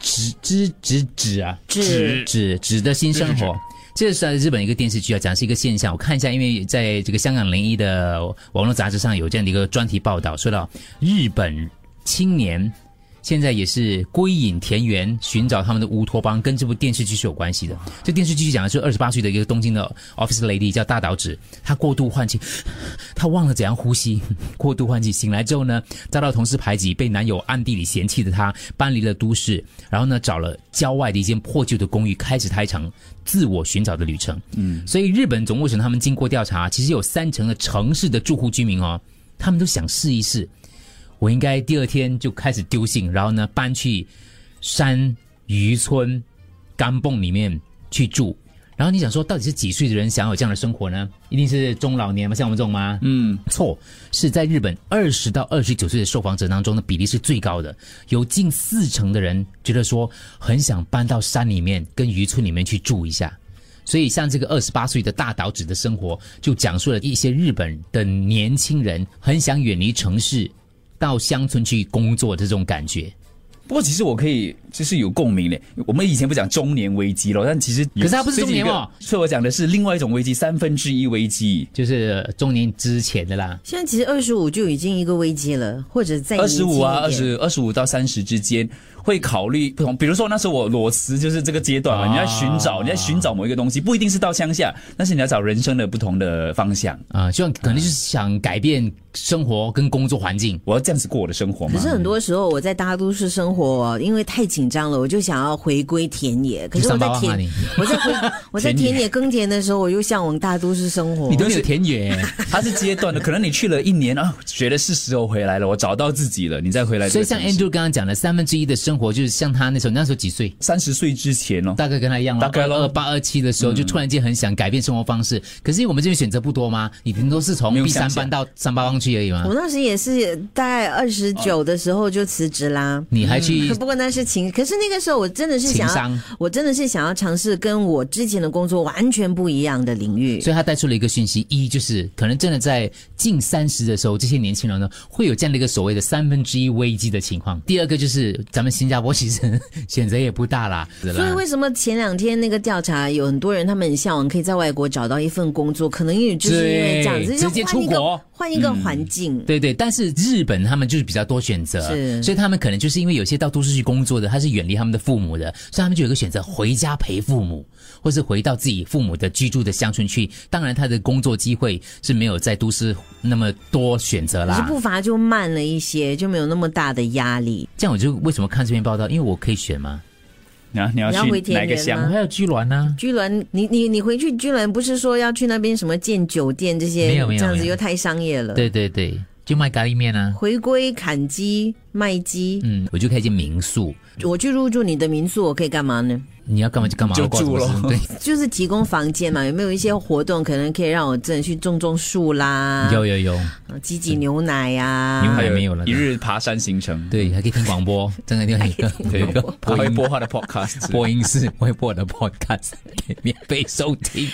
直直直直啊，直直直的新生直活直。这是在日本一个电视剧啊，讲是一个现象。我看一下，因为在这个香港零一的网络杂志上有这样的一个专题报道，说到日本青年现在也是归隐田园，寻找他们的乌托邦，跟这部电视剧是有关系的。这电视剧讲的是二十八岁的一个东京的 office lady 叫大岛子，她过度换气，她忘了怎样呼吸， 过度换气，醒来之后呢，遭到同事排挤，被男友暗地里嫌弃的她，搬离了都市，然后呢，找了郊外的一间破旧的公寓，开始她一场自我寻找的旅程。嗯，所以日本总务省他们经过调查，其实有三成的城市的住户居民哦，他们都想试一试。我应该第二天就开始丢信，然后呢搬去山渔村干泵里面去住。然后你想说，到底是几岁的人想要有这样的生活呢？一定是中老年吗？像我们这种吗？嗯，错，是在日本二十到二十九岁的受访者当中的比例是最高的，有近四成的人觉得说很想搬到山里面跟渔村里面去住一下。所以，像这个二十八岁的大岛子的生活，就讲述了一些日本的年轻人很想远离城市，到乡村去工作的这种感觉。不过其实我可以就是有共鸣嘞。我们以前不讲中年危机咯，但其实可是它不是中年哦最近一个所以我讲的是另外一种危机，三分之一危机。就是中年之前的啦。现在其实二十五就已经一个危机了，或者再二十五啊，哎二年轻一点十二十五到三十之间会考虑不同，比如说那时候我裸辞就是这个阶段嘛，啊你在寻找你在寻找某一个东西，不一定是到乡下，但是你要找人生的不同的方向。啊、就可能就是想改变生活跟工作环境。我要这样子过我的生活可吗是？很多时候我在大都市生活、哦，因为太紧张了，我就想要回归田野。可是我你上在班吗田你，我在回我在田野耕田的时候，我又向往大都市生活。你都没有田园，它是阶段的，可能你去了一年啊，觉得是时候回来了，我找到自己了，你再回来这所以个像城市。 Andrew 刚刚讲的，三分之一的生活就是像他那时候，那时候几岁？三十岁之前哦，大概跟他一样了，大概咯嗯二八二七的时候，就突然间很想改变生活方式。可是因为我们这边选择不多嘛，你顶多是从没有 B 三想象班到三八方去而已嘛啊我。那时也是大概二十九的时候就辞职啦。你还嗯去不过那是情，可是那个时候我真的是情想要，商，我真的是想要尝试跟我之前的工作完全不一样的领域。所以他带出了一个讯息：一就是可能真的在近三十的时候，这些年轻人呢会有这样的一个所谓的三分之一危机的情况。第二个就是咱们新加坡其实 选择也不大啦，是所以啦为什么前两天那个调查有很多人他们很向往可以在外国找到一份工作，可能也就是因为这样子，对就直接换一出国嗯个换一个环境。对对，但是日本他们就是比较多选择，是所以他们可能就是因为有些到都市去工作的，他是远离他们的父母的，所以他们就有一个选择回家陪父母，或是回到自己父母的居住的乡村去。当然，他的工作机会是没有在都市那么多选择可是啦。步伐就慢了一些，就没有那么大的压力。这样我就为什么看这篇报道，因为我可以选嘛，然后你要你要回去田哪一个园乡吗？我还有居銮呢、居然，你你你回去居然不是说要去那边什么建酒店这些，没有没有这样子没有又太商业了。对对对，就卖咖喱面啊。回归砍鸡卖鸡，嗯，我就开一间民宿，我去入住你的民宿，我可以干嘛呢？你要干嘛就干嘛，就关我住什么咯事 就是提供房间嘛，有没有一些活动可能可以让我真的去种种树啦啊对，？有有有，挤挤牛奶啊呀、牛还奶有哎没有了呢一日爬山行程，对，还可以听广播，真的有一个有一 个他播会音播他的 podcast，播音室，我会播我的 podcast 给免费收听。